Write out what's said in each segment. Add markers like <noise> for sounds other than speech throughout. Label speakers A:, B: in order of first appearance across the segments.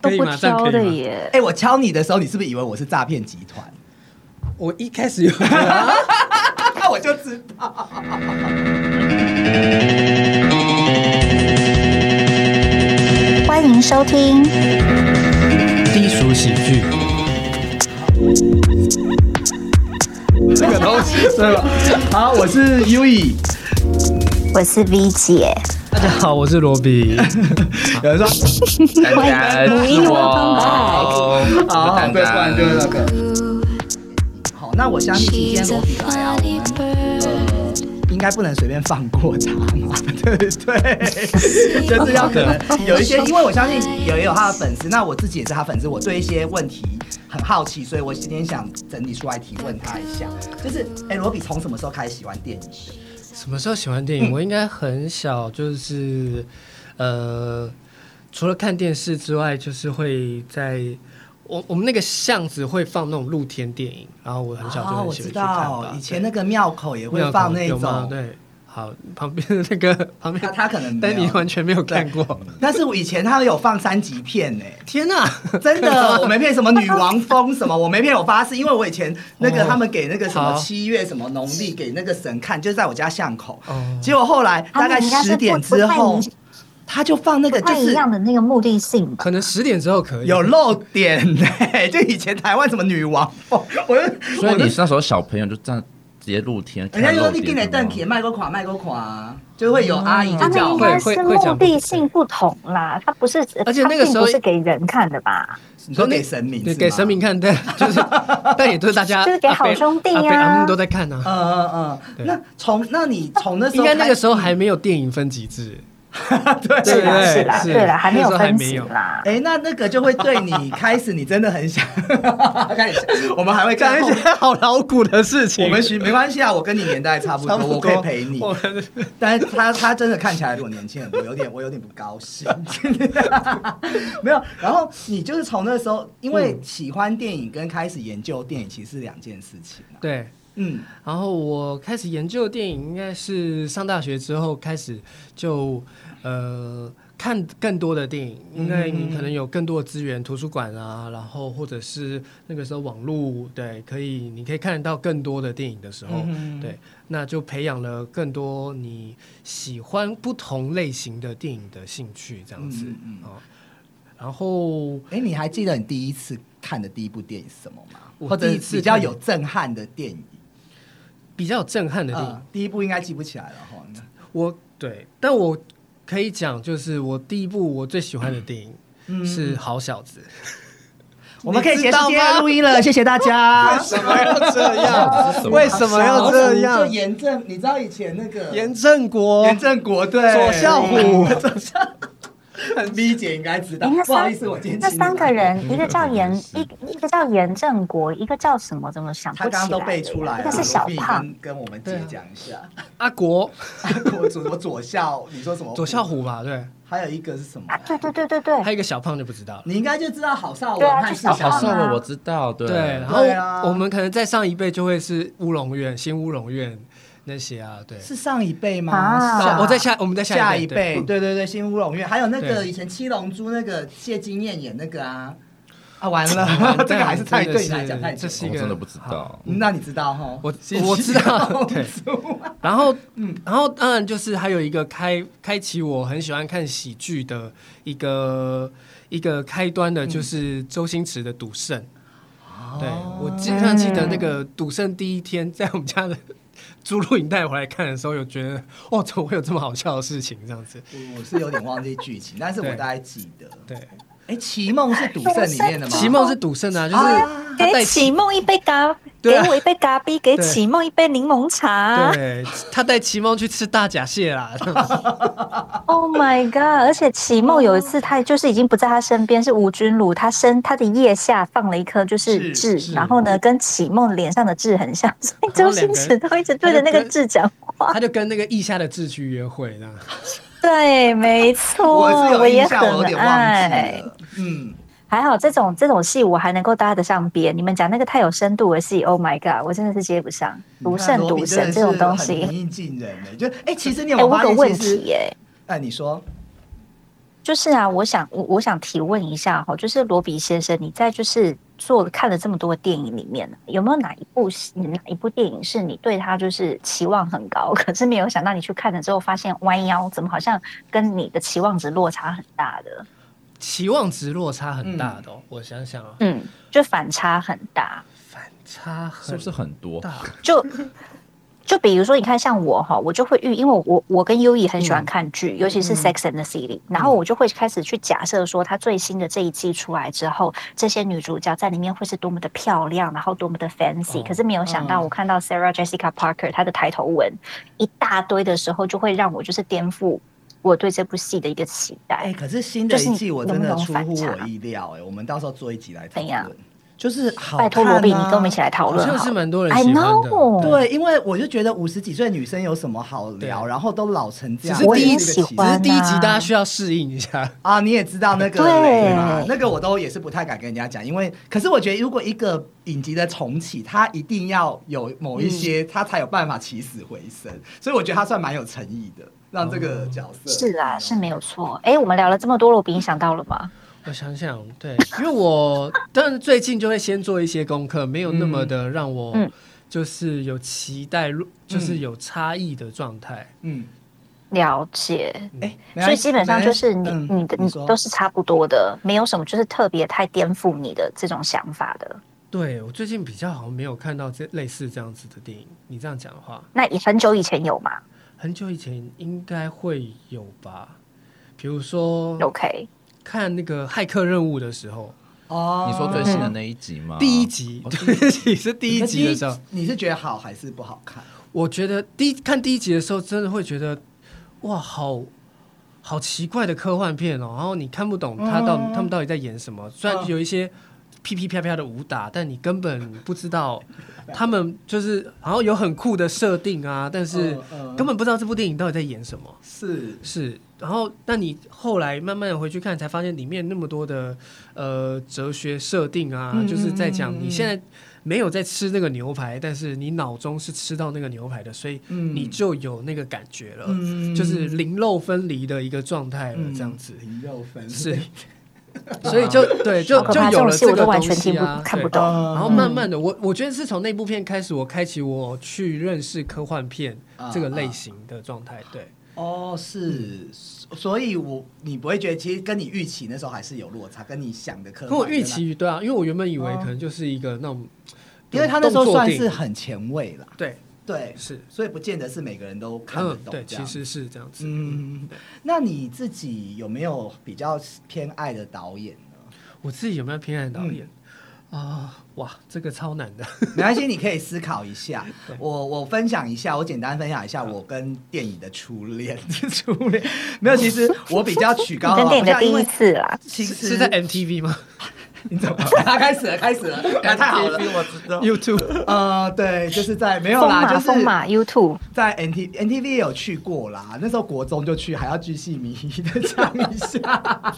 A: 都
B: 可以
A: 不
B: 吗？这样
A: 挑
B: 可
A: 的
B: 以吗？
A: 耶。
C: 哎，我敲你的时候，你是不是以为我是诈骗集团？
B: 我一开
C: <laughs>
B: 始有，
C: 那 <laughs> 我就知道。
D: 欢迎收听
B: 低俗喜剧，
C: 这个东西对吧？好，我是 U E。
D: 我是 V 姐，
B: 大家好，我是罗比。
C: 有人说，
E: 大家是我，
C: 好好，
E: 丹
C: 对，不然
E: 丹
C: 就是那个。好，那我相信今天罗比来啊，我们呃应该不能随便放过他嘛， <laughs> 对 <laughs> 不对？就是要可能有一些，因为我相信也有他的粉丝，那我自己也是他粉丝，我对一些问题很好奇，所以我今天想整理出来提问他一下，就是哎，罗比从什么时候开始喜欢电影的？
B: <laughs> 什么时候喜欢电影？我应该很小，就是呃，除了看电视之外，就是会在我我们那个巷子会放那种露天电影，然后我很小就
C: 哦
B: 很
C: 我
B: 喜
C: 知
B: 欢去看吧。
C: 道以前
B: 对
C: 那个庙口也会
B: 庙口
C: 放那
B: 有吗
C: 种，
B: 对，好，旁边的那个旁
C: 他
B: 边，
C: 他可能没有
B: 丹尼完全没有看过。
C: 但是我以前他有放三级片呢、
B: 天哪、
C: 真
B: <laughs>
C: 的，我没骗什么女王风什么，我没骗，我发誓，因为我以前那个
B: 哦
C: 他们给那个什么
B: 好
C: 七月什么农历给那个神看，就是在我家巷口
B: 哦，
C: 结果后来大
D: 他
C: 概
D: 们应该是
C: 十
D: 不
C: 点
D: 不
C: 之
D: 太
C: 后
D: 一，
C: 他就放那个
D: 不
C: 就
D: 太一
C: 是
D: 样的那个目的性吧。
B: 可能十点之后可以
C: 有漏点呢、 <laughs> 就以前台湾什么女王风，我就我
E: 所以
C: 就
E: 你那时候小朋友就站直接露天，
C: 人家就说你进
E: 进
C: 来邓铁卖过垮卖过垮，就会有阿姨
D: 他
C: 就
D: 们
C: 叫
D: 应
C: 我。
D: 该是目的性不同啦，它不是，
B: 而且那个时候
D: 它并不是给人看的吧？
C: 你说给神明
B: 对，
C: 是吗
B: 给神明看，但就是但也就是大家
D: 就是给
B: 阿
D: 好
B: 伯
D: 兄弟啊
B: 阿伯阿姆都在看啊。
C: 嗯嗯嗯，
B: 对
C: 那从那你从那时
B: 应
C: 候
B: 该那
C: 开嗯
B: 个时候还没有电影分级制，
C: 对
B: 对
D: 是啦，
B: 对
D: 是啦，
B: 是
D: 对啦，还没有
B: 那时候还
D: 分
B: 没
D: 级
B: 有
D: 啦。
C: 哎、那那个就会对 <laughs> 你开始，你真的很 <laughs> 想开始想，我们还会
B: <laughs> 讲
C: 看
B: 一
C: 后
B: 些
C: 面。
B: 好老古的事情。
C: 我们许没关系啊，我跟你年代差不多，
B: 差不多
C: 我可以陪你。
B: 我们
C: 但是他他真的看起来比我年轻很多，有点我有点不高兴。 <laughs> 没有，然后你就是从那时候，因为喜欢电影跟开始研究电影其实是两件事情啊、
B: 对，
C: 嗯，
B: 然后我开始研究电影，应该是上大学之后开始就呃看更多的电影，因为你可能有更多的资源，图书馆啊，然后或者是那个时候网络，对，可以你可以看得到更多的电影的时候，对，那就培养了更多你喜欢不同类型的电影的兴趣，这样子
C: 嗯嗯
B: 哦。然后
C: 哎、你还记得你第一次看的第一部电影是什么吗？
B: 我
C: 或者
B: 第一次
C: 比较
B: 看
C: 有震撼的电影？
B: 比较有震撼的电影
C: 嗯，第一部应该记不起来了哈。
B: 我对，但我可以讲，就是我第一部我最喜欢的电影是《好小 <laughs> 子》
C: 我们可以结束今
B: 你
C: 天
B: 知道
C: 的
B: 吗
C: 录音了，谢谢大家。
B: 怎么要这样？为什么要这
C: 就
B: 样？
C: 严正，你知道以前那个
B: 严正国、
C: 严正国对
B: 左孝虎，
C: ，V 姐应该知道
D: 哎那。
C: 不好意
D: 三
C: 思，我今天嗯
D: 那
C: 请你来
D: 三个，人，一个叫严，一一个叫严正国，一个叫什么？怎么想不
C: 他
D: 起
C: 刚
D: 来
C: 刚
D: 了
C: 都
D: 呀？
C: 背出来了。
D: 一个是小
C: 我必须
D: 胖，
C: 跟跟我们姐讲一下。
B: 阿国、
C: <laughs> 我左我左校，你说什么？
B: 啊左孝，虎吧？对，
C: 还有一个是什么？
D: 啊，对对对对
B: 还有
D: 对，
B: 一个小胖就不知道了。
C: 你应该就知道郝邵
D: 对
C: 文
D: 啊
C: 和
D: 就
C: 释
D: 小
C: 小
E: 好
D: 胖
E: 瘦
C: 胖。
E: 了，我知道，对哦
B: 对，然
C: 对啊
B: 后我们可能再上一辈就会是乌龙院、新乌龙院那些啊，对。
C: 是上一辈吗？
D: 啊
C: 下
B: 我在下，我们在
C: 下
B: 下
C: 一
B: 一
C: 辈，
B: 对
C: 对对对，新乌龙院，还有那个
B: 对
C: 以前七龙珠那个谢金燕演那个啊，啊完了
B: 完，蛋
C: <laughs> 这个还是太
B: 真的
C: 对你
B: 是
C: 来讲太久
B: 这
C: 了
B: 是
E: 我
B: 一个
E: 真的不知道。
C: 嗯那你知道哈？
B: 我
C: 谢谢
B: 我知道
C: 七龙珠
B: 然后，然后当然就是还有一个开开启我很喜欢看喜剧的一个一个开端的，就是周星驰的《赌圣》。对我经常记得那个《赌圣》第一天在我们家的租录影带回来看的时候，有觉得哦，怎么会有这么好笑的事情？这样子，
C: 我我是有点忘记剧情，但是我
B: 对
C: 大概记得。
B: 对，
C: 哎，《奇梦》是赌圣里面的吗？
B: 奇梦是赌圣啊，就是
C: 啊
B: 他带
F: 给启梦一杯咖，
B: 对
F: 给
B: 啊
F: 我一杯咖啡，给
B: 对
F: 启梦一杯柠檬茶。
B: 对，他带奇梦去吃大闸蟹啦。这样子
F: Oh my god！
D: 而且启梦有一
C: 哦
D: 次，他就是已经不在他身边，是吴君如，他身他的腋下放了一颗就是
C: 痣
D: 痣，
B: 痣
D: 然后呢，跟启梦脸上的痣很像，所以
B: 然
D: 周
B: 后两
D: 星
B: 个
D: 驰都一直对着那个痣讲话。
B: 他就跟那个腋下的志去约会，这样。
D: 对，没错，
C: <laughs> 我是有
D: 也
C: 印象，我有
D: 很
C: 点忘记
D: 爱。
C: 了。嗯，
D: 还好这种这种戏我还能够搭得上边。你们讲那个太有深度的戏，Oh my god，我真的是接不上。
C: 你
D: 独
C: 看
D: 胜
C: 嗯罗比
D: 独
C: 真
D: 胜
C: 的
D: 这种东
C: 是
D: <laughs>
C: 很
D: 西，
C: 欸平易近人的，就哎，其实你
D: 哎、
C: 有
D: 我
C: 发
D: 有个
C: 现，
D: 问
C: 其实
D: 题耶、
C: 哎，你说
D: 就是啊，我想我我想提问一下哈，就是罗比先生，你在就是做看了这么多电影里面，有没有哪一部戏哪一部电影是你对他就是期望很高， <laughs> 可是没有想到你去看了之后发现弯腰，怎么好像跟你的期望值落差很大的？
B: 期望值落差很大的、哦，我想想啊，
D: 嗯，就反差很大，
B: 反差
E: 是
B: 很
E: 不是很多？
B: 大，
D: 就。 <laughs> 就比如说，你看像我哈，我就会遇，因为我我跟优以很
B: 嗯
D: 喜欢看剧，尤其是《Sex and the City》，然后我就会开始去假设说，它最新的这一季出来之后，这些女主角在里面会是多么的漂亮，然后多么的 fancy、
B: 哦
D: 可是没有想到，
C: 嗯
D: 我看到 Sarah Jessica Parker 她的抬头纹一大堆的时候，就会让我就是颠覆我对这部戏的一个期待。
C: 哎，可是新的一
D: 就是
C: 季
D: 你
C: 我真的
D: 能不能
C: 出乎
D: 反
C: 我
D: 差
C: 意料哎，我们到时候做一集来讨
D: 怎样
C: 论，就是好
D: 拜托
C: 看
D: 罗比，你
C: 啊
D: 跟我们一起来讨
B: 好
D: 论
B: 像
D: 好
B: 是
D: 了。
B: 蛮多人
D: I
B: 喜欢的。
D: know，
C: 对，因为我就觉得五十几岁女生有什么好聊，
B: 对
C: 然后都老成这
B: 只
C: 样，
B: 是
D: 我
B: 第一
D: 也
C: 这个
D: 喜
C: 期
B: 只
D: 欢
B: 是第一集
D: 啊
B: 大家需要适应一下。
C: 啊，你也知道那个
D: 对
C: 雷嘛，那个我都也是不太敢跟人家讲，因为可是我觉得如果一个影集的重启，它一定要有某一
D: 嗯
C: 些，它才有办法起死回生，所以我觉得它算蛮有诚意的，让这个
B: 哦
C: 角色
D: 是啊，是没有错。哎、我们聊了这么多，罗比，你想到了吗？
B: <laughs> 我想想，对，因为我但最近就会先做一些功课，没有那么的让我
D: 嗯
B: 就是有期待，就是有差异的状态。
C: 嗯，
D: 了解。
B: 嗯
C: 哎、
D: 所以基本上就是你、
C: 嗯
D: 你的、你
C: 说
D: 都是差不多的，没有什么就是特别太颠覆你的这种想法的。
B: 对我最近比较好像没有看到这类似这样子的电影。你这样讲的话，
D: 那也很久以前有嘛
B: 很久以前应该会有吧？比如说
D: ？OK，
B: 看那个《骇客任务》的时候，
C: 哦，
E: 你说最新的那一
C: <laughs>
E: 集吗？
B: 第一集，
E: 哦
B: 对不起， <laughs> 是第一
C: 可
B: 集的时候，
C: 你是觉得好还是不好看？
B: 我觉得第一看第一集的时候，真的会觉得，哇，好好奇怪的科幻片哦。然后你看不懂他到、
C: 嗯
B: 他们到底在演什么，虽然
C: 嗯
B: 有一些噼噼啪啪的武打，但你根本不知道他们就是，然后有很酷的设定啊，但是
C: 嗯嗯
B: 根本不知道这部电影到底在演什么。
C: 是
B: 是，然后那你后来慢慢地回去看，才发现里面那么多的呃哲学设定啊，
C: 嗯
B: 就是在讲
C: 嗯嗯
B: 你现在没有在吃那个牛排，但是你脑中是吃到那个牛排的，所以
C: 嗯
B: 你就有那个感觉了，
C: 嗯
B: 就是灵肉分离的一个状态了，
C: 嗯
B: 这样子。
C: 零肉分
B: 是，所以就对，就
D: 好可
B: 就
D: 怕
B: 有了
D: 这种戏我
B: 个
D: 都完
B: 东
D: 全
B: 西
D: 听不
B: 啊，
D: 看不
B: 对
D: 懂
C: 嗯
B: 然后慢慢的，我我觉得是从那部片开始，我开启我去认识科幻片
C: 啊
B: 这个类型的状态。对，
C: 哦，是，所以我你不会觉得其实跟你预期那时候还是有落差，跟你想的可能
B: 跟我预，期对啊，因为我原本以为可能就是一个那种，
C: 哦因为他那时候
B: 动作
C: 算
B: 电影
C: 是很前卫啦，
B: 对，
C: 对，
B: 是，
C: 所以不见得是每个人都看得
B: 嗯，
C: 懂
B: 对，
C: 这
B: 其
C: 样。
B: 实是这样子。
C: 嗯，那你自己有没有比较偏爱的导演呢？
B: 我自己有没有偏爱
C: 嗯
B: 导演啊？哇，这个超难的。
C: 没关系，你可以思考
B: <laughs>
C: 一下。我我分享一下，我简单分享一下
B: 嗯
C: 我跟电影的初恋， <laughs> 初恋没有。其实
B: <laughs>
C: 我比较曲高
D: 你
C: 和
D: 跟电影
C: 寡，
D: 的
C: 不像
D: 第
C: 因
D: 一
C: 为
D: 次啊啦，
C: 其实
B: 是在哎 MTV 吗
C: 你怎么？他 <laughs> 开始了，开始
B: <laughs>
C: 了，那太好了。
E: 哎
C: <laughs>
E: 我知道。
B: ？YouTube
C: 呃，对，就是在没有
D: 风
C: 啦，
D: 马
C: 就是
D: 风马 YouTube，
C: 在 NT NTV 也有去过啦，那时候国中就去，还要巨细靡遗的讲一下。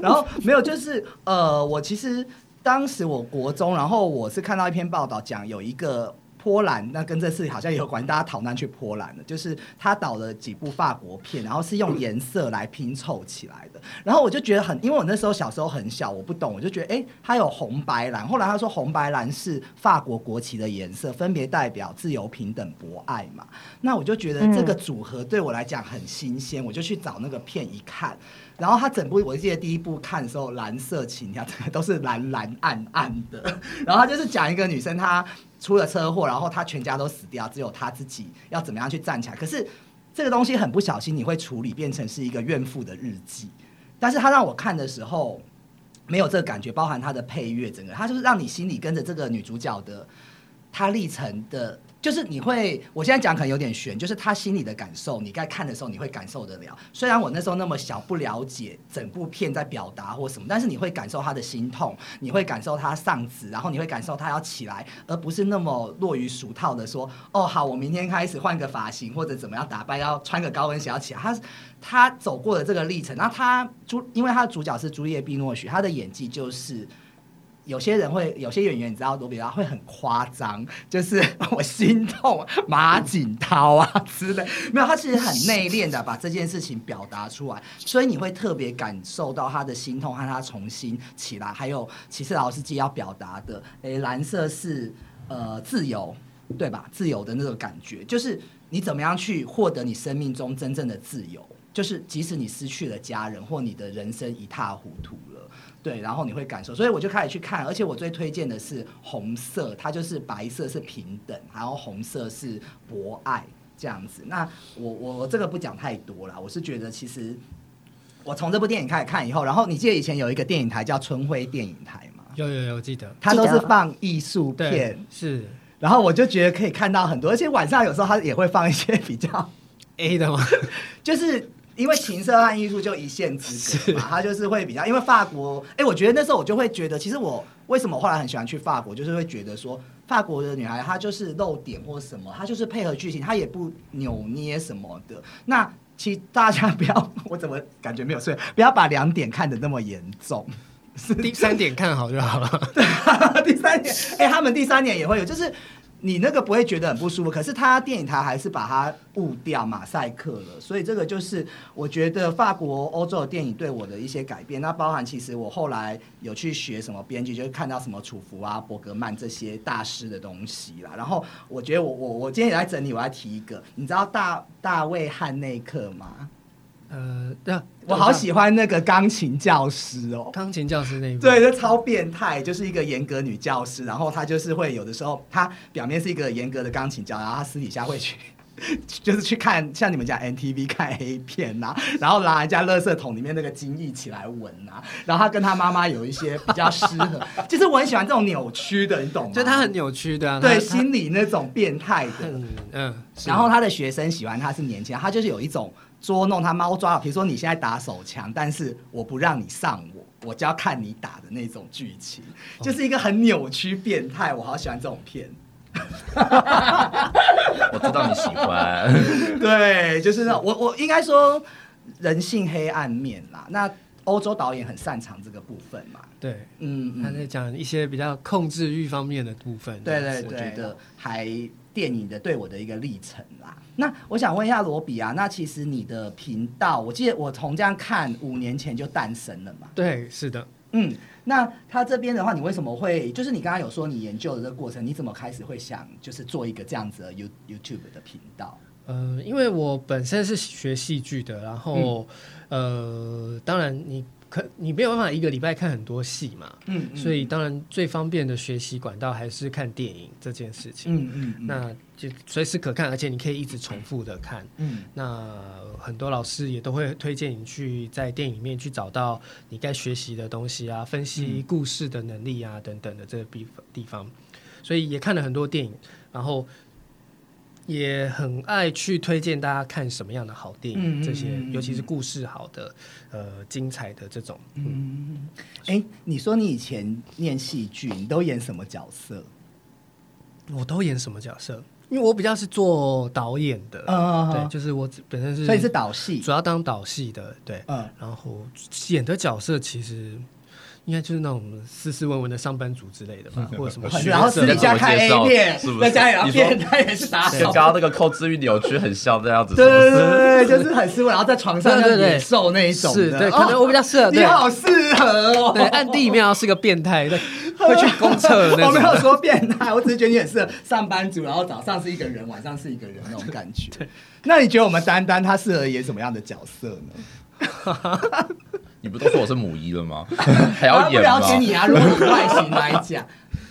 C: 然后没有，就是呃，我其实当时我国中，然后我是看到一篇报道讲有一个。波兰，那跟这次好像也有关，大家逃难去波兰了。就是他导了几部法国片，然后是用颜色来拼凑起来的。然后我就觉得很，因为我那时候小时候很小，我不懂，我就觉得哎、诶它有红白蓝。后来他说红白蓝是法国国旗的颜色，分别代表自由、平等、博爱嘛。那我就觉得这个组合对我来讲很新鲜，我就去找那个片一看，然后它整部我记得第一部看的时候，蓝色情调 <laughs> 整个都是蓝蓝暗暗的， <laughs> 然后它就是讲一个女生她出了车祸，然后她全家都死掉，只有她自己要怎么样去站起来，可是。这个东西很不小心，你会处理变成是一个怨妇的日记，但是他让我看的时候没有这个感觉，包含他的配乐，整个他就是让你心里跟着这个女主角的她历程的，就是你会，我现在讲可能有点悬，就是她心里的感受，你在看的时候你会感受得了。虽然我那时候那么小，不了解整部片在表达或什么，但是你会感受她的心痛，你会感受她丧子，然后你会感受她要起来，而不是那么落于俗套的说，哦，好，我明天开始换个发型或者怎么样打扮，要穿个高跟鞋要起来。她她走过的这个历程，那她主，因为她的主角是朱丽叶·碧诺许，她的演技就是。有些人会，有些演员你知道，罗比拉会很夸张， <laughs> 就是我心痛马景涛啊之类，没有，他其实很内敛的把这件事情表达出来，所以你会特别感受到他的心痛和他重新起来，还有其实老司机要表达的，诶、蓝色是呃自由，对吧？自由的那种感觉，就是你怎么样去获得你生命中真正的自由，就是即使你失去了家人或你的人生一塌糊涂了。对，然后你会感受，所以我就开始去看，而且我最推荐的是红色，它就是白色是平等，然后红色是博爱这样子。那我我我这个不讲太多了，我是觉得其实我从这部电影开始看以后，然后你记得以前有一个电影台叫春晖电影台吗？
B: 有有有，我记得。
C: 它都是放艺术
B: 对
C: 片，，
B: 是
C: 然后我就觉得可以看到很多，而且晚上有时候它也会放一些比较
B: A 的吗？
C: 就是因为情色和艺术就一线之隔嘛，它就是会比较，因为法国，哎、我觉得那时候我就会觉得，其实我为什么我后来很喜欢去法国，就是会觉得说，法国的女孩她就是露点或什么，她就是配合剧情，她也不扭捏什么的。那其实大家不要，我怎么感觉没有睡？不要把两点看得那么严重。
B: 第三点看好就好了。
C: 第三年，哎、他 <laughs> 们第三年也会有，就是你那个不会觉得很不舒服，可是他电影台还是把它误掉马赛克了，所以这个就是我觉得法国、欧洲的电影对我的一些改变。那包含其实我后来有去学什么编剧，就是看到什么楚福啊、伯格曼这些大师的东西啦。然后我觉得我我我今天也来整理，我要提一个，你知道大大卫汉内克吗？
B: 呃，那
C: 我好喜欢那个钢琴教师哦、
B: 钢琴教师那一部。
C: 对，就超变态，就是一个严格女教师，然后她就是会有的时候，她表面是一个严格的钢琴教，然后她私底下会去。 <laughs> 就是去看像你们讲 NTV 看 A 片呐、然后拿人家垃圾桶里面那个精液起来闻呐、然后她跟她妈妈有一些比较失衡， <laughs> 就是我很喜欢这种扭曲的，你懂吗？
B: 就他很扭曲的、啊，
C: 对
B: 他
C: 心理那种变态
B: 他
C: 的，
B: 很嗯，是
C: 然后他的学生喜欢他是年轻人，他就是有一种捉弄他猫抓了，比如说你现在打手枪，但是我不让你上我，我就要看你打的那种剧情，就是一个很扭曲变态，我好喜欢这种片。
E: <laughs> 我知道你喜
C: <laughs>
E: 欢，
C: 对，就是那种我我应该说人性黑暗面啦。那欧洲导演很擅长这个部分嘛，
B: 对，
C: 嗯，嗯
B: 他在讲一些比较控制欲方面的部分。
C: 对
B: 这样
C: 对
B: 子
C: 对，
B: 我觉
C: 得
B: 得
C: 还电影的对我的一个历程啦。那我想问一下罗比啊，那其实你的频道，我记得我从这样看，五年前就诞生了嘛。
B: 对，是的。
C: 嗯，那他这边的话，你为什么会？就是你刚刚有说你研究的这个过程，你怎么开始会想就是做一个这样子的 You YouTube 的频道？
B: 呃，因为我本身是学戏剧的，然后、
C: 嗯
B: 呃，当然你可你没有办法一个礼拜看很多戏嘛，
C: 嗯
B: 所以当然最方便的学习管道还是看电影这件事情。
C: 嗯嗯嗯
B: 那就随时可看，而且你可以一直重复的看。
C: 嗯
B: 那很多老师也都会推荐你去在电影里面去找到你该学习的东西啊，分
C: 嗯
B: 析故事的能力啊、等等的这个地方地方，所以也看了很多电影，然后也很爱去推荐大家看什么样的好电影，
C: 嗯嗯
B: 这些
C: 嗯嗯
B: 尤其是故事好的、呃精彩的这种。嗯，
C: 哎、你说你以前念戏剧，你都演什么角色？
B: 嗯我都演什么角色？因为我比较是做导演的，
C: 嗯嗯嗯
B: 对，
C: 嗯
B: 就是我只本身是，
C: 所以是导戏
B: 主。要当导戏的，对，
C: 嗯
B: 然后演的角色其实应该就是那种斯斯文文的上班族之类的吧，或者什么学
C: 嗯然后私
B: 生
C: 底下看 A 片
E: 是，不是
C: 在家里然
E: 你
C: 后
E: 说
C: 变态也是打手
E: 跟刚刚那个控制欲扭曲很像这样子，是
C: 对
E: 不
C: 对
E: 是？
C: 对对，就是很斯文，然后在床上
B: 对
C: 像
B: 对对
C: 野兽那一种的
B: 是对，
C: 哦
B: 可能我比较
C: <laughs>
B: 适合
C: 你
B: 对。
C: 好适合哦。
B: 对，暗地里面要是个变态，
C: <laughs>
B: 对会去公厕的
C: 我没
B: 那
C: 有
B: 种。
C: 说变态，我只是觉得你很适合上班族，然后早上是一个人，晚上是一个人那种感
B: <laughs>
C: 觉。那你觉得我们丹丹她适合演什么样的角色呢？
E: 你不都说我是母一
C: <laughs>
E: 了吗？
B: <laughs>
E: 还要演
C: 啊不了？
E: 吗
C: 解你啊，如果以外形来讲，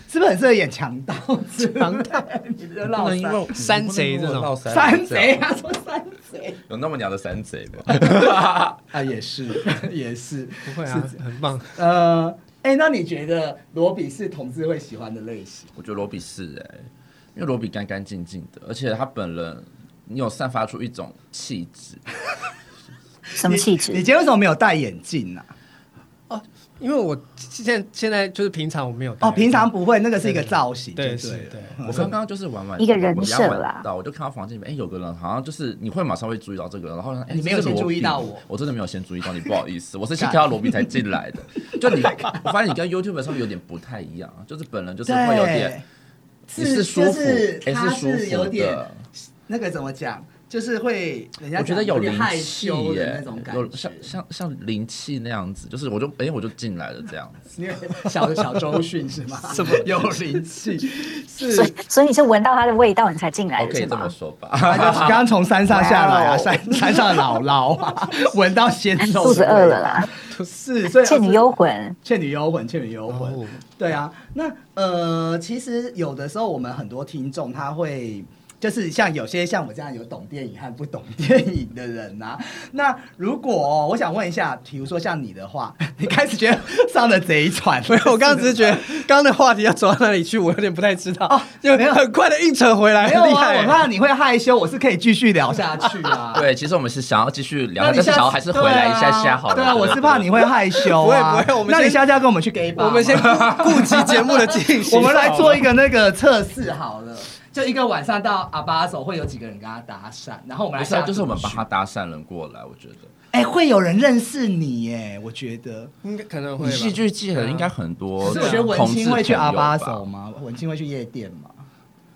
C: 是不是很适合演强盗？
B: <laughs>
C: 强盗， <laughs> 你的老
E: 因
C: <laughs>
E: 为
B: 山贼这种
C: 三贼啊，说三
B: <laughs>
C: 贼
E: 有那么娘的山贼吗？
C: 啊，也是 <laughs> 也是，
B: 不会啊，很棒。
C: 呃，哎、那你觉得罗比是同志会喜欢的类型？
E: 我觉得罗比是哎、因为罗比干干净净的，而且他本人，你有散发出一种气质，
D: 什么气
C: 你
D: 质？
C: 今天为什么没有戴眼镜呢、啊？
B: 哦，因为我现现在就是平常我没有戴
C: 哦，平常不会，那个是一个造型，
B: 对
C: 对嗯
B: 是
C: 了
B: 对
E: 我刚刚就是玩玩
D: 一个人设啦
E: 到我就看到房间里面，哎，有个人好像就是你会马上会注意到这个人，然后呢哎，
C: 你没有
E: 这是
C: 先
E: 罗
C: 注意
E: 比
C: 到我
E: 我真的没有先注意到你，不好意思，我是先看到罗比才进来
C: <laughs>
E: 的。就你，我发现你跟 YouTube 上面有点不太一样，啊就是本人就是会有点，你
C: 是
E: 舒
C: 就
E: 服，
C: 是
E: 哎，
C: 他
E: 是舒
C: 是有
E: 服
C: 点
E: 的。
C: 那个怎么讲，就是会人家
E: 我觉得
C: 讲有
E: 灵
C: 点害
E: 气
C: 羞的那
E: 耶
C: 种，感
E: 有
C: 觉
E: 像，像像灵气那样子，就是我就哎、我就进来了这样子，
C: 你有小小周迅是吗？什么 <laughs> 有灵气？是
D: 所以所以你是闻到它的味道你才进来
E: 我
D: 的
E: 可以
D: 哎是
E: 这么
D: 吗？
E: 说吧。 <laughs>
C: 他就是刚刚从山上下来
D: 哇
C: 啊，
D: 哦哎
C: 山山上的姥姥啊，闻到鲜肉，
D: 肚子饿了，啦，
C: 是，所以
D: 倩女幽魂。
C: 倩女幽魂，倩女幽魂
B: 哦，
C: 对啊，那呃，其实有的时候我们很多听众他会。就是像有些像我这样有懂电影和不懂电影的人呐、 <laughs> 那如果、哦我想问一下，比如说像你的话， <laughs> 你开始觉得上了贼船，
B: 没 <laughs> 有，我刚刚只是觉得刚刚的话题要走到哪里去，我有点不太知道，
C: 哦
B: 就很快的硬扯回来，
C: 没有
B: 很厉
C: 啊，
B: 害
C: 我怕你会害羞，我是可以继续聊下
B: <laughs>
C: 去啊。
E: 对，其实我们是想要继续聊，
B: 啊
C: 那你
E: 但是
C: 下
E: 想要还是回来一下下好了。
C: 对啊，我是怕你
E: 会。
C: 会害羞啊。
B: 不会不 <laughs> 会我们
C: 那你
B: 先
C: 下次要跟我们去 gay bar
B: 我们先
C: 吗
B: 顾及节目的
C: <laughs>
B: 进行，
C: 我们来做一个那个测试好了，就一个晚上到阿巴手会有几个人跟他搭讪，然后我们
E: 不
C: 来
E: 是啊、
C: 下
E: 就是我们
C: 组
E: 帮
C: 序
E: 他搭讪人过来，我觉得
C: 哎、会有人认识你耶，我觉得。
B: 应该可能
E: 你
B: 会
E: 戏剧系的人应该很多
C: 可是我
E: 同
C: 觉
E: 志
C: 得文青
E: 朋友吧。
C: 会去阿巴手吗？文青会去夜店吗？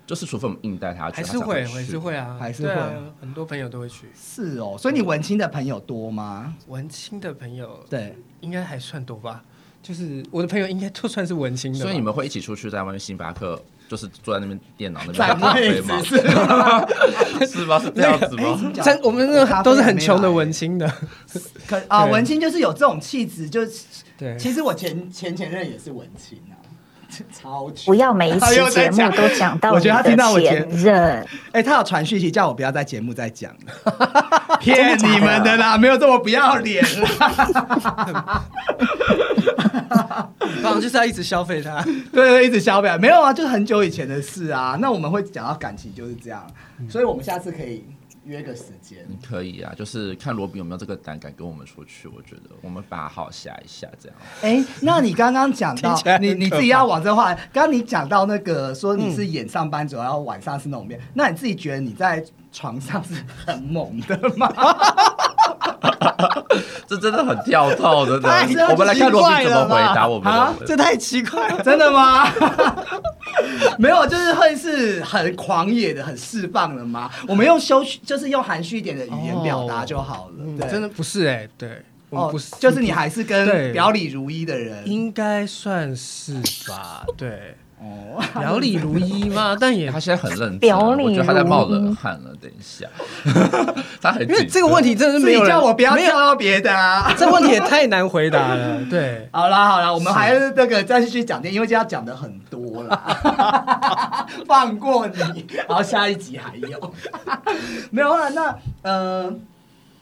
E: 就是除非我们硬带他去，
B: 还是
E: 他才
B: 会
E: 去
B: 还是会。啊，
C: 还是
B: 对啊
C: 会啊
B: 很多朋友都会去。
C: 是哦，所以你文青的朋友多吗？
B: 文青的朋友
C: 对，
B: 应该还算多吧，就是我的朋友应该就算是文青的吧，
E: 所以你们会一起出去在外面星巴克，就是坐在那边电脑那边
C: 占
E: 喝咖啡
C: 位
E: 吗
C: 置？是
B: <laughs>
C: 吗？哎
E: 是吗？是这样子吗？
B: 真我们那个都是很穷的文
C: 青，
B: 青的，
C: 可啊，
B: 对
C: 文青就是有这种气质，就是
B: 对，
C: 其实我前前前任也是文青啊， <laughs> 超级
D: 不要每一期节目都讲到
C: 我
D: 你
C: 觉得他听到我
D: 的
C: 节
D: 前任，
C: 哎、他有传讯息叫我不要在节目再讲了，
B: <laughs>
C: 骗你们的啦，没有这么不要脸啦。
B: 反正就是要一直消费它。
C: 对对，一直消表没有啊，就是很久以前的事啊。那我们会讲到感情就是这样，
B: 嗯
C: 所以我们下次可以约个时间。
E: 你可以啊，就是看罗比有没有这个胆敢跟我们出去。我觉得我们把他好吓一吓，这样。 <laughs>
C: 哎、那你刚刚讲到
B: 听起来很
C: 你你自己
B: 可怕嗯
C: 要往这话，刚刚你讲到那个说你是演上班族，然后晚上是那种面，那你自己觉得你在床上是很猛的吗？
B: <laughs>
E: 这真的很跳痛，真的
C: 太奇怪了。吧
E: 我们来看罗宾怎么回答我们
C: 啊
E: 的。
B: <laughs> 这太奇怪 <laughs> 了。
C: 真的吗？ <laughs> 没有，就是会是很狂野的、很释放的吗？我们用羞虚，就是用含蓄一点的语言表达就好了。
B: 嗯
C: 对，
B: 真的不是哎、对，我们
C: 哦
B: 不是，，
C: 就是你还是跟
B: 对
C: 表里如一的人。
B: 应该算是吧？对，
C: 哦，
B: 表里如一嘛，但也
E: 他现在很认真，啊
D: 表里
E: 我觉得他在
D: 如
E: 冒
D: 一
E: 冷汗了。等一下， <laughs> 他很
B: 因为
E: 紧
B: 这个问题真的是
C: 自
B: 没
C: 己
B: 有人
C: 叫我不要
B: 没有
C: 跳到别的 <laughs> 啊。
B: 这问题也太难回答了。对，
C: 好啦好啦，我们还是那个再继续讲点，因为今天要讲的很多啦，放过你，然后下一集还有，没有啦，那呃，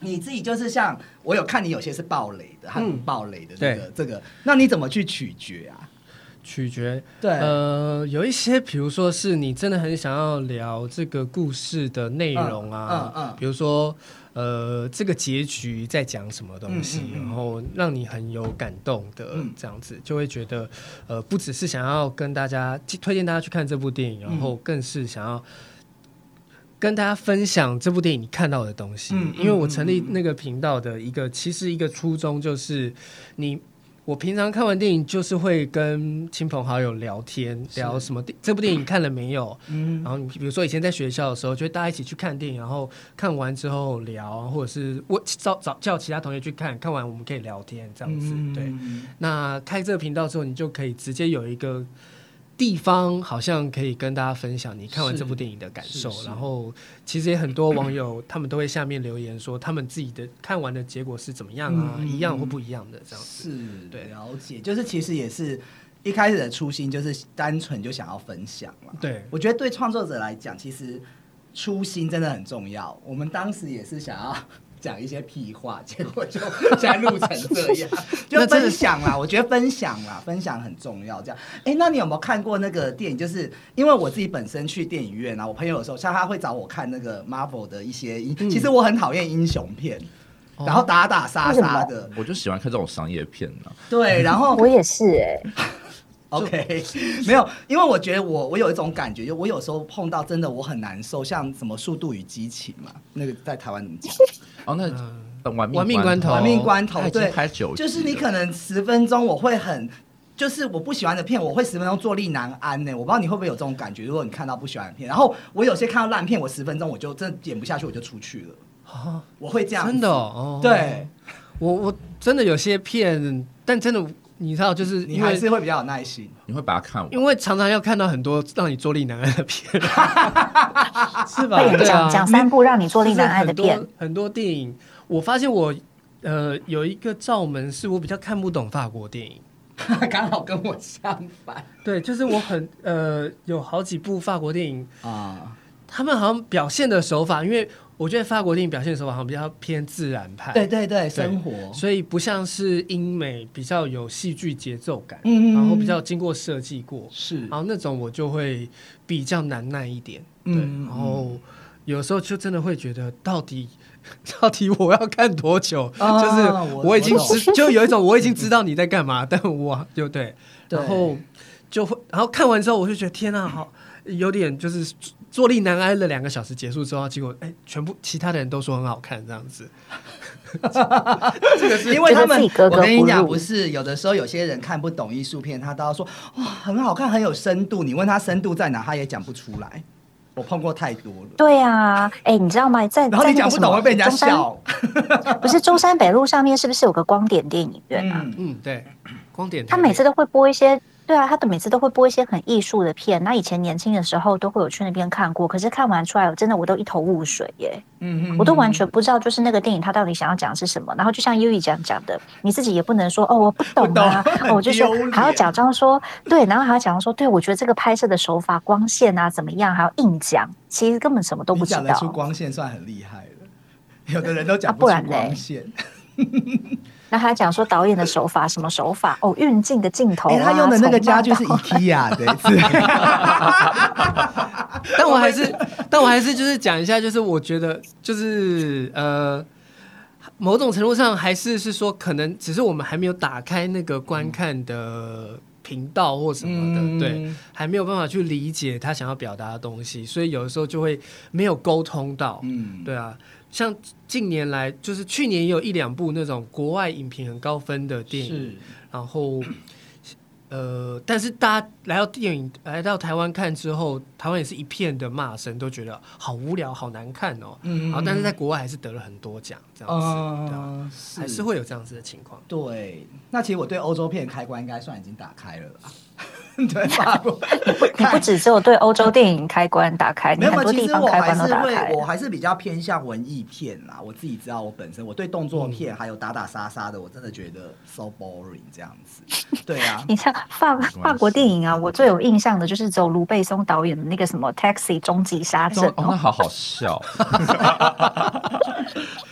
C: 你自己就是像我有看你有些是爆雷的，很爆雷的这个、这个，那你怎么去取决啊？
B: 取决
C: 对
B: 呃，有一些，比如说是你真的很想要聊这个故事的内容啊，
C: 嗯嗯嗯
B: 比如说呃，这个结局在讲什么东西，
C: 嗯嗯嗯
B: 然后让你很有感动的、
C: 嗯
B: 这样子，就会觉得呃，不只是想要跟大家推荐大家去看这部电影，
C: 嗯
B: 然后更是想要。跟大家分享这部电影你看到的东西，
C: 嗯嗯
B: 因为我成立那个频道的一个其实一个初衷就是你我平常看完电影就是会跟亲朋好友聊天，聊什么电这部电影看了没有？
C: 嗯
B: 然后你比如说以前在学校的时候，就会大家一起去看电影，然后看完之后聊，或者是我找找叫其他同学去看，看完我们可以聊天这样子。
C: 嗯
B: 对，那开这个频道之后，你就可以直接有一个地方，好像可以跟大家分享你看完
C: 是
B: 这部电影的感受
C: 是。是
B: 然后其实也很多网友他们都会下面留言说，他们自己的看完的结果是怎么样啊，
C: 嗯嗯
B: 一样或不一样的这样子。
C: 是，
B: 对
C: 了解，就是其实也是一开始的初心就是单纯就想要分享了。
B: 对，
C: 我觉得对创作者来讲，其实初心真的很重要。我们当时也是想要 <laughs> 讲一些屁话，结果就 <laughs> 现在录成这样，就
B: <laughs> 那真
C: 分
B: 的
C: 享啦。我觉得分享啦，分享很重要。这样，哎，那你有没有看过那个电影？就是因为我自己本身去电影院啊，
B: 嗯
C: 我朋友有时候像他会找我看那个 Marvel 的一些英，其实我很讨厌英雄片。
B: 哦
C: 然后打打杀杀的，
E: 我就喜欢看这种商业片呢、
C: 对，然
B: <laughs>
C: 后
D: 我也是哎、
C: OK，没 <laughs> 有，因为我觉得我我有一种感觉，就我有时候碰到真的我很难受，像什么《速度与激情》嘛，那个在台湾怎么讲？
E: 哦，那等玩
B: 玩命
E: 关
B: 关头
C: 玩命关头
E: 他，已经
C: 对，
E: 拍九集
C: 就
E: 了，
C: 是你可能十分钟我会很，就是我不喜欢的片，我会十分钟坐立难安呢、我不知道你会不会有这种感觉，如果你看到不喜欢的片，然后我有些看到烂片，我十分钟我就真的演不下去，我就出去了，
B: 啊，
C: 我会这样，
B: 真的、哦，哦
C: 对，
B: 我我真的有些片，但真的你知道，就是
C: 你
B: 因
C: 还
B: 为
C: 是会比较有耐心。 <laughs>
E: 你会把它看完。
B: 因为常常要看到很多让你坐立难安的片， <laughs> 是吧？
D: 会
B: 对
D: 讲
B: 啊，
D: 讲三部让你坐立难安的
B: 就
D: 片
B: 是很，多很多电影，我发现我呃有一个罩门，是我比较看不懂法国电影。
C: 刚好跟我相反
B: 对，就是我很 <laughs> 呃有好几部法国电影，
C: 啊，
B: 他们好像表现的手法，因为我觉得法国电影表现的手法好像比较偏自然派，
C: 对对对，生活
B: 所以不像是英美比较有戏剧节奏感，
C: 嗯嗯嗯
B: 然后比较经过设计过，
C: 是
B: 然后那种我就会比较难耐一点，对，
C: 嗯嗯嗯
B: 然后有时候就真的会觉得到底。 <laughs> 到底我要看多久？
C: 啊
B: 就是
C: 我
B: 我已经
C: 我懂
B: 知，就有一种我已经知道你在干嘛，但 <laughs> 我就对，
C: 对
B: 然后就会，然后看完之后我就觉得天啊，好有点就是坐立难安了。两个小时结束之后，结果哎，全部其他的人都说很好看，这样子。
C: 这个 <laughs> 是因为他
D: 觉得
C: 们
D: 自己，格格
C: 我跟你
D: 不
C: 讲，
D: 入
C: 不是有的时候有些人看不懂艺术片，他都要说哇很好看，很有深度。你问他深度在哪，他也讲不出来。我碰过太多了，
D: 对啊，哎、你知道吗？在
C: 然后
D: 在那
C: 你讲
D: 个
C: 不
D: 什
C: 懂
D: 么
C: 会被人家
D: 中山
C: 笑。
D: <laughs> 不是中山北路上面是不是有个光点电影院啊？
C: 嗯，
B: 嗯，对，光点
D: 他
B: 台
D: 每次都会播一些，对啊，他的每次都会播一些很艺术的片。那以前年轻的时候都会有去那边看过，可是看完出来，我真的我都一头雾水耶，
C: 嗯
D: 我都完全不知道就是那个电影它到底想要讲是什么。然后就像优 u 讲讲的，你自己也不能说哦我不懂啊
C: <laughs> 不
D: <laughs>
C: 懂，
D: 哦我就是
C: 很丢脸
D: 还要假装说对，然后还要假装说对，我觉得这个拍摄的手法、光线啊怎么样，还要硬讲，其实根本什么都
C: 你
D: 不知
C: 讲得出
D: 道。
C: 光线算很厉害了，有的人都讲
D: 啊
C: 不
D: 不
C: 出
D: 然嘞
C: 光线。
D: 那还要讲说导演的手法什么手法，哦运镜的镜头、啊啊
C: 哎，他用的那个
D: 从慢
C: 家具
D: 到
C: 是 IKEA 的，
D: <laughs>
C: 是
B: 但我还是，但我还是就是讲一下，就是我觉得就是呃，某种程度上还是是说，可能只是我们还没有打开那个观看的频道或什么的，
C: 嗯
B: 对，还没有办法去理解他想要表达的东西，所以有的时候就会没有沟通到，
C: 嗯，
B: 对啊。像近年来，就是去年也有一两部那种国外影评很高分的电影，
C: 是
B: 然后，呃，但是大家来到电影来到台湾看之后，台湾也是一片的骂声，都觉得好无聊、好难看哦。
C: 嗯
B: 然后，但是在国外还是得了很多奖，这样子，对啊，
C: 嗯，
B: 还是会有这样子的情况。
C: 对，那其实我对欧洲片的开关应该算已经打开了吧？ <laughs> 对，法国
D: <laughs> 你不只只有对欧洲电影开关打开，你
C: 没有，
D: 很
C: 没
D: 多
C: 有其
D: 地
C: 实
D: 方
C: 我
D: 开
C: 还
D: 关都
C: 是
D: 打开
C: 会，。我还是比较偏向文艺片啦。我自己知道，我本身我对动作
D: 嗯
C: 片还有打打杀杀的，我真的觉得 so boring 这样子。
D: <laughs>
C: 对啊，
D: 你像法
E: 系
D: 法国电影啊，我最有印象的就是走卢贝松导演的那个什么《Taxi 终极杀阵
E: 中》哦，那
D: 哦，
E: 好好笑，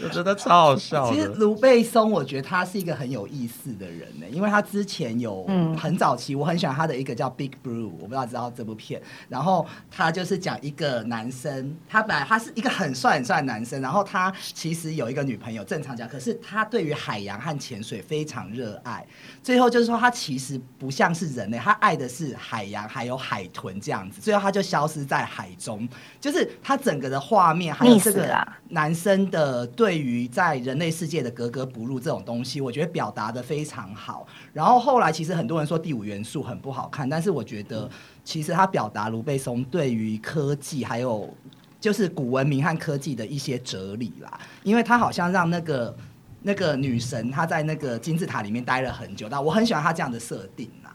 E: 我觉得超好笑
C: 其实
E: 的。
C: 卢贝松，我觉得他是一个很有意思的人呢、因为他之前有
D: 嗯
C: 很早期，我很喜欢他的一个叫《Big Blue》，我不知道知道这部片。然后他就是讲一个男生，他本来他是一个很帅很帅的男生，然后他其实有一个女朋友，正常讲，可是他对于海洋和潜水非常热爱。最后就是说，他其实不像是人类，欸他爱的是海洋，还有海豚这样子。最后他就消失在海中，就是他整个的画面，还有这
D: 溺死
C: 个
D: 啦
C: 男生的对于在人类世界的格格不入这种东西，我觉得表达的非常好。然后后来其实很多人说《第五元素》很不好看，但是我觉得其实他表达卢贝松对于科技还有就是古文明和科技的一些哲理啦，因为他好像让那个那个女神她在那个金字塔里面待了很久，但我很喜欢她这样的设定啦。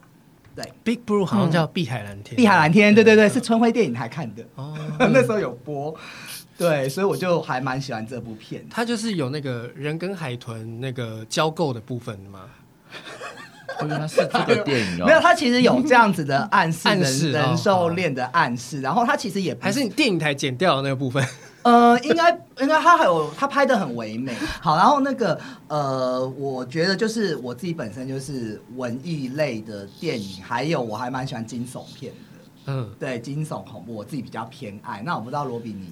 B: Big Blue 好像叫《嗯碧海蓝天》，
C: 碧海蓝天，对对对，是春晖电影台看的，
B: <laughs> 哦，
C: 那时候有播，对，所以我就还蛮喜欢这部片的。
B: 它就是有那个人跟海豚那个交媾的部分嘛。
E: 哦，原来是这个电影
C: <laughs>
E: 哦，
C: 没有，他其实有这样子的暗示
B: 暗
C: 人，
B: 示哦
C: 人兽恋的暗示。然后他其实也不
B: 还是你电影台剪掉的那个部分，
C: 呃，应该应该他还有他拍的很
D: <laughs>
C: 唯美。好，然后那个呃，我觉得就是我自己本身就是文艺类的电影，还有我还蛮喜欢惊悚片的，
B: 嗯，
C: 对惊悚恐怖，我自己比较偏爱。那我不知道罗比你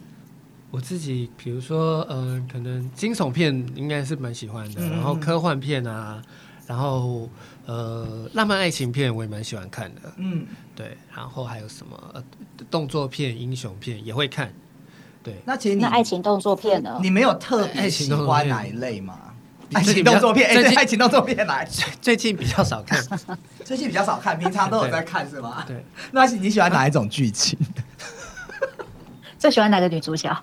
B: 我自己，比如说，呃，可能惊悚片应该是蛮喜欢的，
C: 嗯
B: 然后科幻片啊，然后呃，浪漫爱情片我也蛮喜欢看的，
C: 嗯，
B: 对，然后还有什么、呃、动作片、英雄片也会看，对， <laughs>
C: 那其实你
D: 那爱情动作片呢？
C: 你没有特别
B: 爱情
C: 喜
B: 动作
C: 欢
B: 片
C: 哪一类吗？
B: 你
C: 爱
B: 最
C: 情
B: 近比较
C: 动作片，哎、
B: 最
C: 对，
B: 近
C: 爱情动作片来，
B: 最近比较少 <laughs> 看，
C: 最近比较少看，平常都有在看是吗？
B: 对，
C: 那你喜欢哪一种剧情？
D: 最喜欢哪个女主角？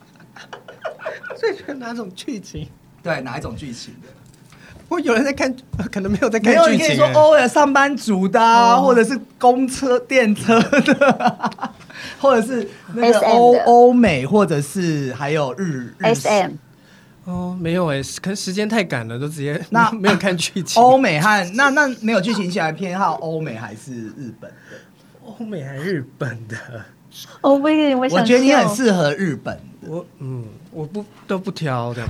B: 最喜欢哪种剧情？
C: 对，哪一种剧情的？
B: 我有人在看，呃可能没有在看
C: 没有，
B: 剧
C: 你可以
B: 情、哦
C: 说
B: 欸，
C: 偶尔上班族的、啊，或者是公车、电车的啊、 <laughs> 或者是那个
D: SM
C: 欧
D: 的
C: 欧美，或者是还有日日
D: S M
B: 哦，没有哎、可能时间太赶了，都直接
C: 那
B: 没有看剧 <laughs> 情。
C: 欧美和那那没有剧情，你喜欢偏好欧美还是日本的？
B: 欧美还日本的，
D: 哦，我也我
C: 我
D: 想
C: 觉得你很
D: 笑
C: 适合日本的。
B: 我嗯，我不都不挑的，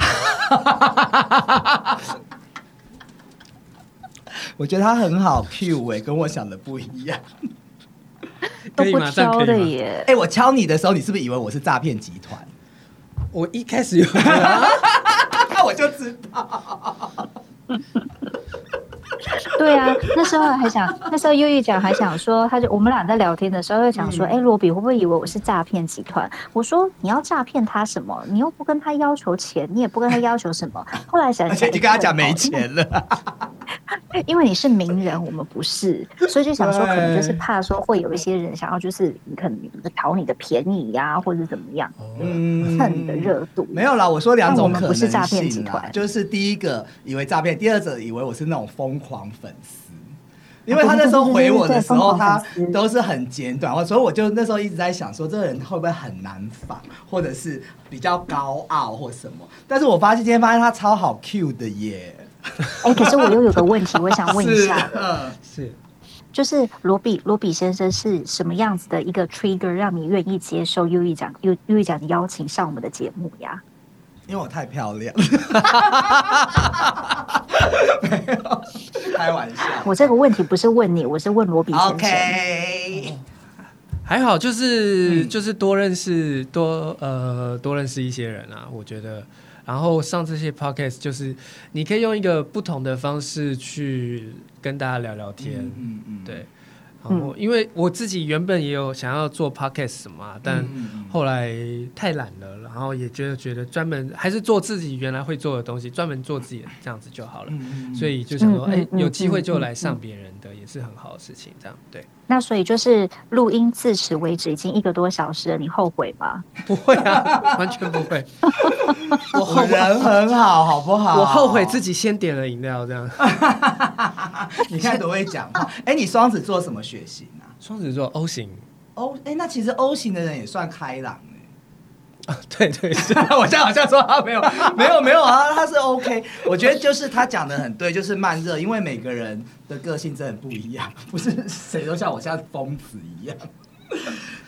C: 我觉得他很好 Q 哎、跟我想的不一样。
D: 都
B: 可以
D: 不
B: 吗？这样
D: 挑
B: 可
D: 的
B: 以吗？
D: 耶
C: 哎、。我敲你的时候，你是不是以为我是诈骗集团？
B: <laughs>
C: <laughs>
B: 我一开始有，
C: 那我就知道。
D: <laughs> 对啊，那时候还想，那时候优玉讲还想说，他就我们俩在聊天的时候就讲说，
C: 嗯
D: 哎、罗比会不会以为我是诈骗集团？我说你要诈骗他什么？你又不跟他要求钱，你也不跟他要求什么。后来想一
C: 而
D: 想，
C: 且你跟他讲
D: 对哦
C: 没钱了，
D: 因为你是名人，我们不是，所以就想说，可能就是
C: 对
D: 怕说会有一些人想要，就是可能讨你的便宜呀、或者怎么样，
C: 嗯
D: 蹭你的热度。
C: 没有啦，我说两种
D: 但我们
C: 可能
D: 不
C: 性
D: 是
C: 啦，
D: 诈骗集团
C: 就是第一个以为诈骗，第二者以为我是那种疯狂粉丝。因为他那时候回我的时候，
D: 对对对对对疯
C: 他
D: 狂粉丝
C: 都是很简短，所以我就那时候一直在想说，这个人会不会很难仿，或者是比较高傲或什么？但是我发现今天发现他超好 Q 的耶，
D: 哎、可是我又有个问题，我想问一
C: <laughs> 是
D: 下，
C: 嗯
B: 是
D: 就是罗比罗比先生是什么样子的一个 trigger，让你愿意接受优异奖优优异奖的邀请上我们的节目呀？
C: 因为我太漂亮，没有开玩笑。
D: 我这个问题不是问你，我是问罗比先生。
C: OK，
B: 还好，就是、
C: 嗯
B: 就是多认识多呃多认识一些人啊，我觉得。然后上这些 podcast，就是你可以用一个不同的方式去跟大家聊聊天，
C: 嗯嗯
B: 对。然后，因为我自己原本也有想要做 podcast 什么啊、
C: 嗯
B: 但后来太懒了，然后也觉得觉得专门还是做自己原来会做的东西，专门做自己的这样子就好了。
C: 嗯
B: 所以就想说，
D: 嗯嗯
B: 哎、
D: 嗯
B: 有机会就来上别人的，也是很好的事情。这样对，
D: 那所以就是录音至此为止已经一个多小时了，你后悔吗？
B: 不会啊， <laughs> 完全不会。
C: <laughs> 我后人很好，好不
E: 啊
C: 好？
B: 我后悔自
C: 己，
B: 己先点了饮料，这样。
C: 你看多会讲 <laughs> 话。哎、你双子座什么血型啊？
B: 双子座 O 型
C: O，哎、那其实 O 型的人也算开朗哎、
B: 啊，对对是，
C: <laughs> 我现在好像说他 <laughs> 没有，没有，没有啊，他是 OK。我觉得就是他讲的很对，就是慢热，因为每个人的个性真的不一样，不是谁都像我像疯子一样。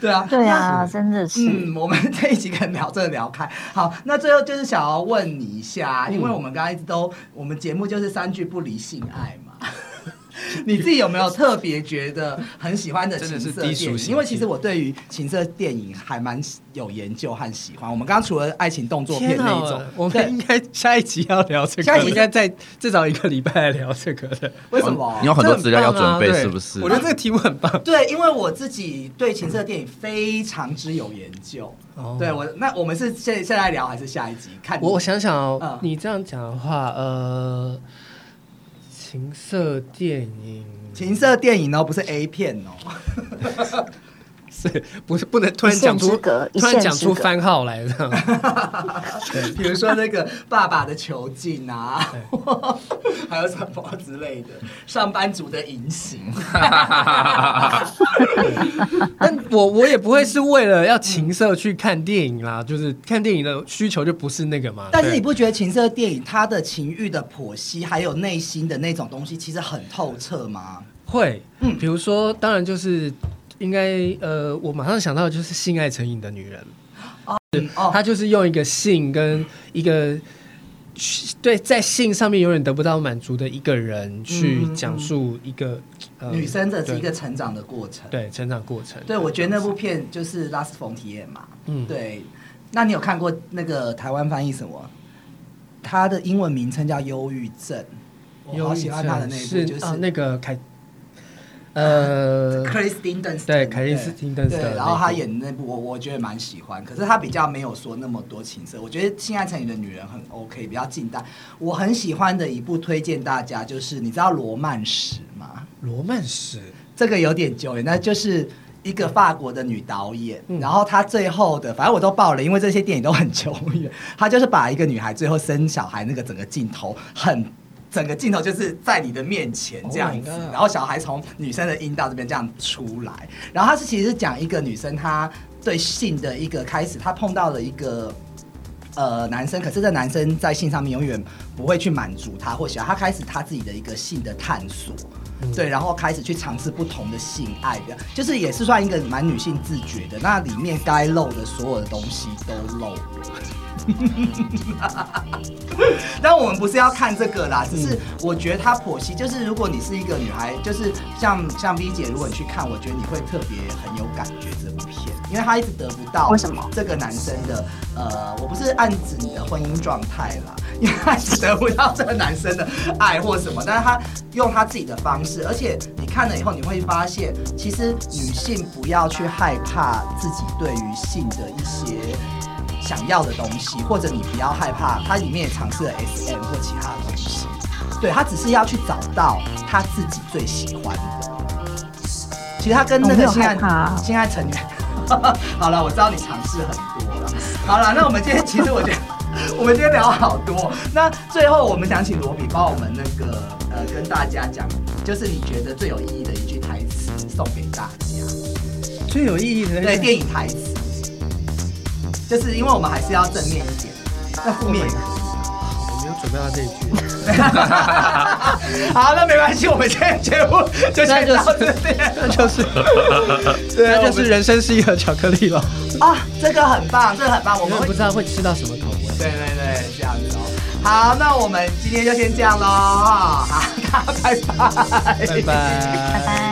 C: 对啊，
D: 对啊，真的是。
C: 嗯，我们这一集可能聊真的聊开。好，那最后就是想要问你一下，
B: 嗯
C: 因为我们刚刚一直都，我们节目就是三句不离性爱
B: <laughs>
C: 嘛。你自己有没有特别觉得很喜欢的
B: 真
C: 情
B: 的是
C: 色
B: 低
C: 电
B: 俗
C: 影？
B: 行
C: 因为
B: 径
C: 其实我对于情色电影还蛮有研究和喜欢。我们刚刚除了爱情动作片
B: <laughs> 天
C: 那
B: 哪
C: 一种，
B: 我
C: 对
B: 们应该下一集要聊这个，
C: 下一集
B: 我 <laughs> 应该在至少一个礼拜来聊这个的。
C: 为什么？
E: 你有 <laughs> 很多资料要准备，
B: 这很棒啊
E: 是不是？
B: 对我觉得这个题目很棒。
C: 对，因为我自己对情色电影非常之有研究。
B: 哦
C: 对我，那我们是现现在聊还是下一集？看你
B: 我我想想哦
C: 嗯，
B: 你这样讲的话，呃，情色电影
C: 情色电影哦，不是 A 片哦。
B: 是 <laughs> 不是不能突然
D: 一线
B: 讲出
D: 之隔一
B: 突然
D: 线
B: 讲
D: 之
B: 出
D: 隔
B: 番号来这样？
C: 比如说那个爸爸的囚禁啊，还有什么之类的，上班族的淫行，
B: 嗯 <laughs> 但我我也不会是为了要情色去看电影啦，就是看电影的需求就不是那个嘛。
C: 但是
B: 对
C: 你不觉得情色电影它的情欲的剖析，还有内心的那种东西，其实很透彻吗？
B: 会，
C: 嗯
B: 比如说，当然就是应该呃，我马上想到的就是性爱成瘾的女人，
C: 嗯哦，
B: 她就是用一个性跟一个对在性上面永远得不到满足的一个人去
C: 嗯嗯
B: 讲述一个、呃
C: 女生的是一个
B: 对
C: 成长的过程。
B: 对成长过程。
C: 对，我觉得那部片就是《拉斯冯提耶》嘛，
B: 嗯
C: 对，那你有看过那个台湾翻译什么？它的英文名称叫《忧郁症》，我好喜欢他的那一部，就是
B: 啊那个凯，呃，
C: <laughs> 克里斯汀·邓斯
B: 对凯利斯汀·邓斯
C: 对，然后他演的那部我我觉得蛮喜欢，可是他比较没有说那么多情色。我觉得《性爱成瘾的女人》很 OK，比较近代。我很喜欢的一部推荐大家就是你知道罗曼史吗？
B: 罗曼史
C: 这个有点久远，那就是一个法国的女导演，然后她最后的反正我都爆了，因为这些电影都很久远。她就是把一个女孩最后生小孩那个整个镜头很。整个镜头就是在你的面前这样子
B: ，oh、
C: 然后小孩从女生的阴道这边这样出来，然后他是其实是讲一个女生她对性的一个开始，她碰到了一个呃男生，可是这男生在性上面永远不会去满足她或喜欢，她开始她自己的一个性的探索，嗯、对，然后开始去尝试不同的性爱的，就是也是算一个蛮女性自觉的，那里面该露的所有的东西都露 <laughs> 了。但我们不是要看这个啦，只是我觉得他剖析，就是如果你是一个女孩，就是像像 V 姐，如果你去看，我觉得你会特别很有感觉这部片，因为她一直得不到
D: 为什么
C: 这个男生的呃，我不是暗指你的婚姻状态啦， <laughs> 因为她一直得不到这个男生的爱或什么，但是她用她自己的方式，而且你看了以后你会发现，其实女性不要去害怕自己对于性的一些。想要的东西，或者你不要害怕，它里面也尝试了 SM 或其他的东西。对，他只是要去找到他自己最喜欢的。其实他跟那个性爱、
D: 啊、
C: 性爱成员，好了，我知道你尝试很多了。好了，那我们今天其实我觉得我们今天聊好多。那最后我们想请罗比帮我们那个呃跟大家讲，就是你觉得最有意义的一句台词送给大家。
B: 最有意义的
C: 对电影台词。就是因为我们还是要正面一点，那负面也
B: 我没有准备到这一 <laughs> 句。
C: <laughs> 好，那没关系，我们今天节 <laughs> 目就先到这边，
B: <laughs> 那就是，啊
C: 对，
B: 那就是人生是一盒巧克力了。
C: <laughs> 啊，这个很棒，这个很棒，我们
B: 不知道会吃到什么口味。
C: 对对对，这样子哦。好，那我们今天就先这样喽，好，大家拜拜，
B: 拜拜，
D: 拜拜。